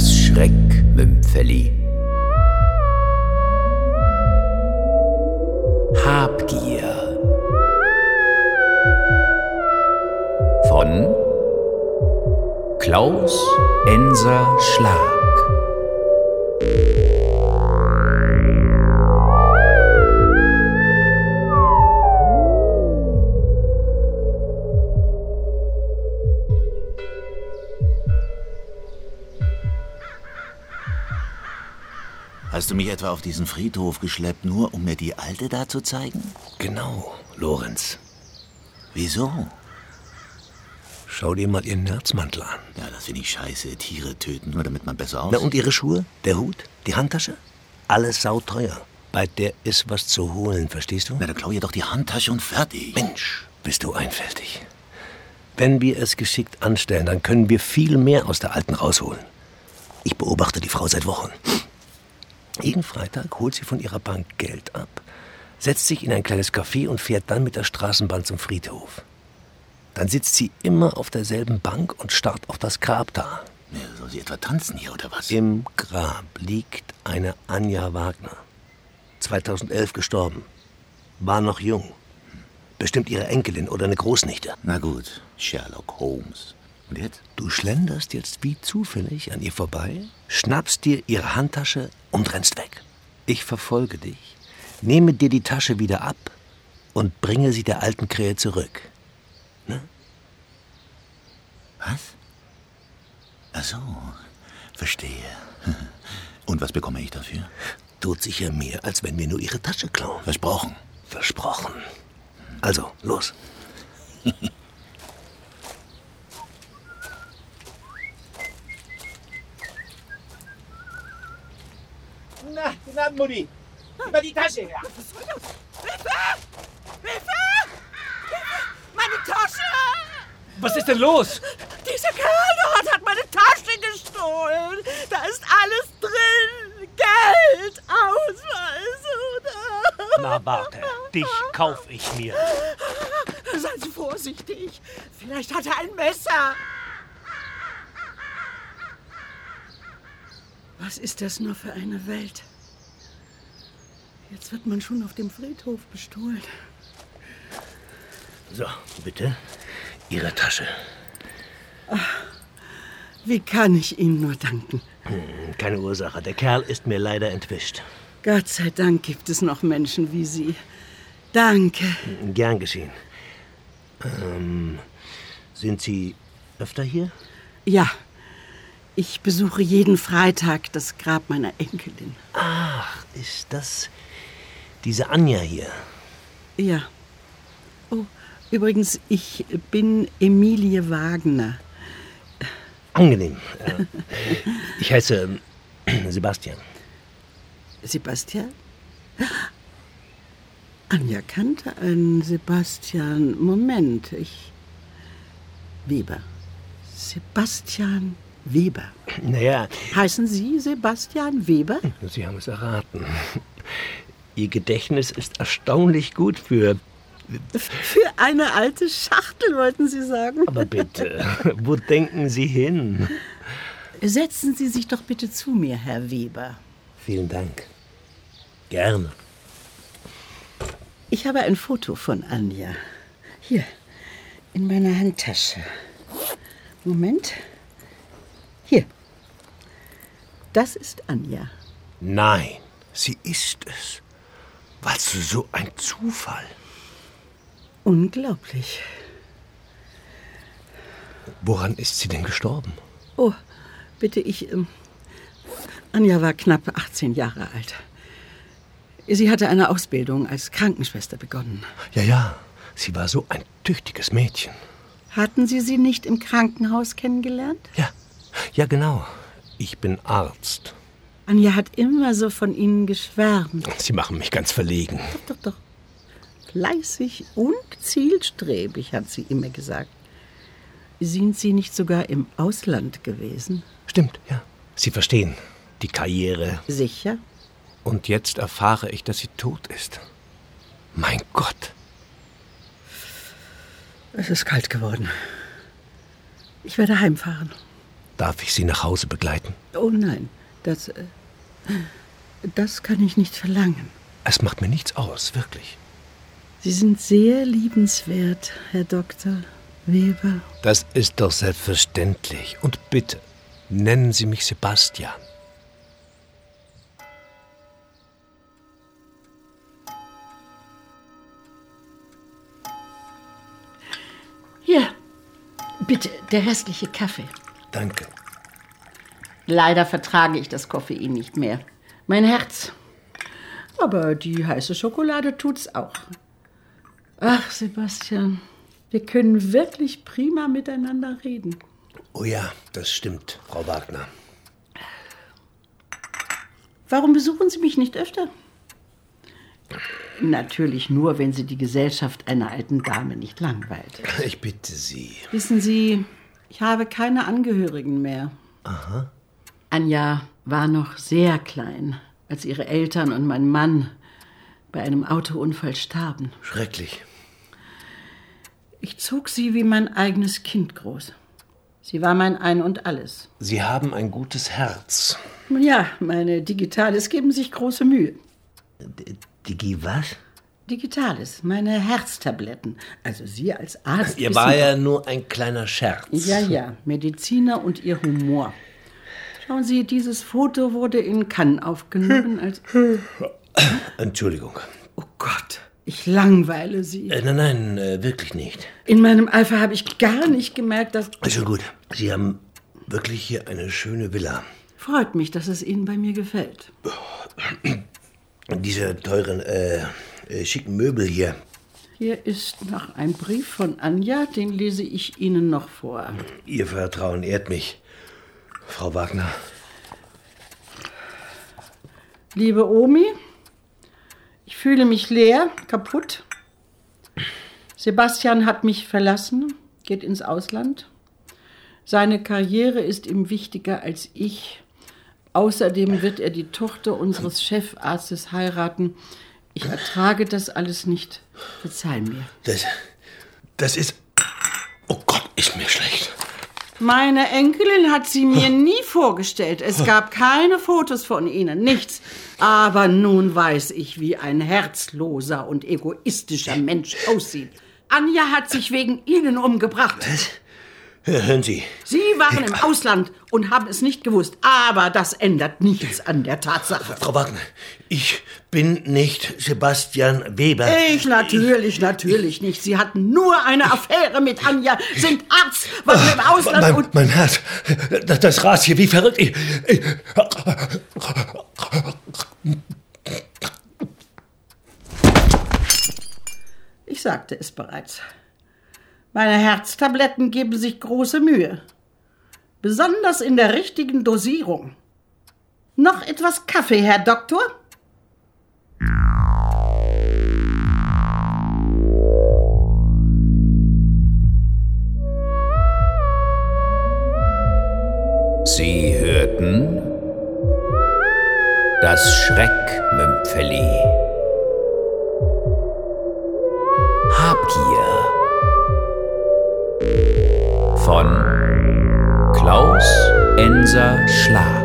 Schreck mit'm Felli. Habgier. Von Klaus Enser Schlag. Hast du mich etwa auf diesen Friedhof geschleppt, nur um mir die Alte da zu zeigen? Genau, Lorenz. Wieso? Schau dir mal ihren Nerzmantel an. Ja, das finde ich scheiße. Tiere töten, nur damit man besser Na aussieht. und ihre Schuhe? Der Hut? Die Handtasche? Alles sauteuer. Bei der ist was zu holen, verstehst du? Na, dann klau ihr doch die Handtasche und fertig. Mensch, bist du einfältig. Wenn wir es geschickt anstellen, dann können wir viel mehr aus der Alten rausholen. Ich beobachte die Frau seit Wochen. Jeden Freitag holt sie von ihrer Bank Geld ab, setzt sich in ein kleines Café und fährt dann mit der Straßenbahn zum Friedhof. Dann sitzt sie immer auf derselben Bank und starrt auf das Grab da. Ja, soll sie etwa tanzen hier oder was? Im Grab liegt eine Anja Wagner. 2011 gestorben. War noch jung. Bestimmt ihre Enkelin oder eine Großnichte. Na gut, Sherlock Holmes. Und jetzt? Du schlenderst jetzt wie zufällig an ihr vorbei, schnappst dir ihre Handtasche und rennst weg. Ich verfolge dich, nehme dir die Tasche wieder ab und bringe sie der alten Krähe zurück. Was? Ach so, verstehe. Und was bekomme ich dafür? Tut sicher mehr, als wenn wir nur ihre Tasche klauen. Versprochen. Versprochen. Also, los. Na, guten Abend, Mutti. Gib mal die Tasche her. Meine Tasche! Was ist denn los? Dieser Kerl dort hat meine Tasche gestohlen! Da ist alles drin! Geld, Ausweis und... Na warte, dich kauf ich mir. Seien Sie vorsichtig! Vielleicht hat er ein Messer! Was ist das nur für eine Welt? Jetzt wird man schon auf dem Friedhof bestohlen. So, bitte. Ihre Tasche. Wie kann ich Ihnen nur danken? Keine Ursache. Der Kerl ist mir leider entwischt. Gott sei Dank gibt es noch Menschen wie Sie. Danke. Gern geschehen. Ähm, sind Sie öfter hier? Ja, ich besuche jeden Freitag das Grab meiner Enkelin. Ach, ist das diese Anja hier? Ja. Oh, übrigens, ich bin Emilie Wagner. Angenehm. Äh, ich heiße ähm, Sebastian. Sebastian? Anja kannte einen Sebastian. Moment, ich. Weber. Sebastian Weber. Naja, Heißen Sie Sebastian Weber? Sie haben es erraten. Ihr Gedächtnis ist erstaunlich gut für... Für eine alte Schachtel, wollten Sie sagen. Aber bitte, wo denken Sie hin? Setzen Sie sich doch bitte zu mir, Herr Weber. Vielen Dank. Gerne. Ich habe ein Foto von Anja. Hier, in meiner Handtasche. Moment. Hier. Das ist Anja. Nein, sie ist es. Was für so ein Zufall. Unglaublich. Woran ist sie denn gestorben? Oh, bitte, ich. Ähm, Anja war knapp 18 Jahre alt. Sie hatte eine Ausbildung als Krankenschwester begonnen. Ja, ja, sie war so ein tüchtiges Mädchen. Hatten Sie sie nicht im Krankenhaus kennengelernt? Ja, ja, genau. Ich bin Arzt. Anja hat immer so von Ihnen geschwärmt. Sie machen mich ganz verlegen. Doch, doch. Fleißig und zielstrebig, hat sie immer gesagt. Sind Sie nicht sogar im Ausland gewesen? Stimmt, ja. Sie verstehen. Die Karriere. Sicher? Und jetzt erfahre ich, dass sie tot ist. Mein Gott. Es ist kalt geworden. Ich werde heimfahren. Darf ich Sie nach Hause begleiten? Oh nein, das. äh, Das kann ich nicht verlangen. Es macht mir nichts aus, wirklich. Sie sind sehr liebenswert, Herr Dr. Weber. Das ist doch selbstverständlich. Und bitte, nennen Sie mich Sebastian. Hier, bitte, der restliche Kaffee. Danke. Leider vertrage ich das Koffein nicht mehr. Mein Herz. Aber die heiße Schokolade tut's auch. Ach, Sebastian, wir können wirklich prima miteinander reden. Oh ja, das stimmt, Frau Wagner. Warum besuchen Sie mich nicht öfter? Natürlich nur, wenn Sie die Gesellschaft einer alten Dame nicht langweilt. Ich bitte Sie. Wissen Sie, ich habe keine Angehörigen mehr. Anja war noch sehr klein, als ihre Eltern und mein Mann bei einem Autounfall starben. Schrecklich. Ich zog sie wie mein eigenes Kind groß. Sie war mein Ein und Alles. Sie haben ein gutes Herz. Nun ja, meine Digitales geben sich große Mühe. Digi, was? Digitales, meine Herztabletten. Also Sie als Arzt. Ihr wissen war doch- ja nur ein kleiner Scherz. Ja, ja, Mediziner und ihr Humor. Schauen Sie, dieses Foto wurde in Cannes aufgenommen als. Entschuldigung. Oh Gott, ich langweile Sie. Äh, nein, nein, äh, wirklich nicht. In meinem Alpha habe ich gar nicht gemerkt, dass. Ist Schon gut. Sie haben wirklich hier eine schöne Villa. Freut mich, dass es Ihnen bei mir gefällt. Diese teuren, äh, äh, schicken Möbel hier. Hier ist noch ein Brief von Anja, den lese ich Ihnen noch vor. Ihr Vertrauen ehrt mich, Frau Wagner. Liebe Omi, ich fühle mich leer, kaputt. Sebastian hat mich verlassen, geht ins Ausland. Seine Karriere ist ihm wichtiger als ich. Außerdem wird er die Tochter unseres Chefarztes heiraten. Ich ertrage das alles nicht. Verzeih mir. Das, das ist... Oh Gott, ist mir schlecht. Meine Enkelin hat sie mir nie vorgestellt. Es gab keine Fotos von ihnen, nichts. Aber nun weiß ich, wie ein herzloser und egoistischer Mensch aussieht. Anja hat sich wegen ihnen umgebracht. Ja, hören Sie, Sie waren im Ausland und haben es nicht gewusst. Aber das ändert nichts an der Tatsache. Frau Wagner, ich bin nicht Sebastian Weber. Ich natürlich, natürlich nicht. Sie hatten nur eine Affäre mit Anja, sind Arzt, waren im Ausland Mein, und... mein Herz, das, das rast hier wie verrückt. Ich, ich, Ich sagte es bereits. Meine Herztabletten geben sich große Mühe. Besonders in der richtigen Dosierung. Noch etwas Kaffee, Herr Doktor? Sie hörten das Schreckmümpfeli. Habgier von Klaus Enser Schlag.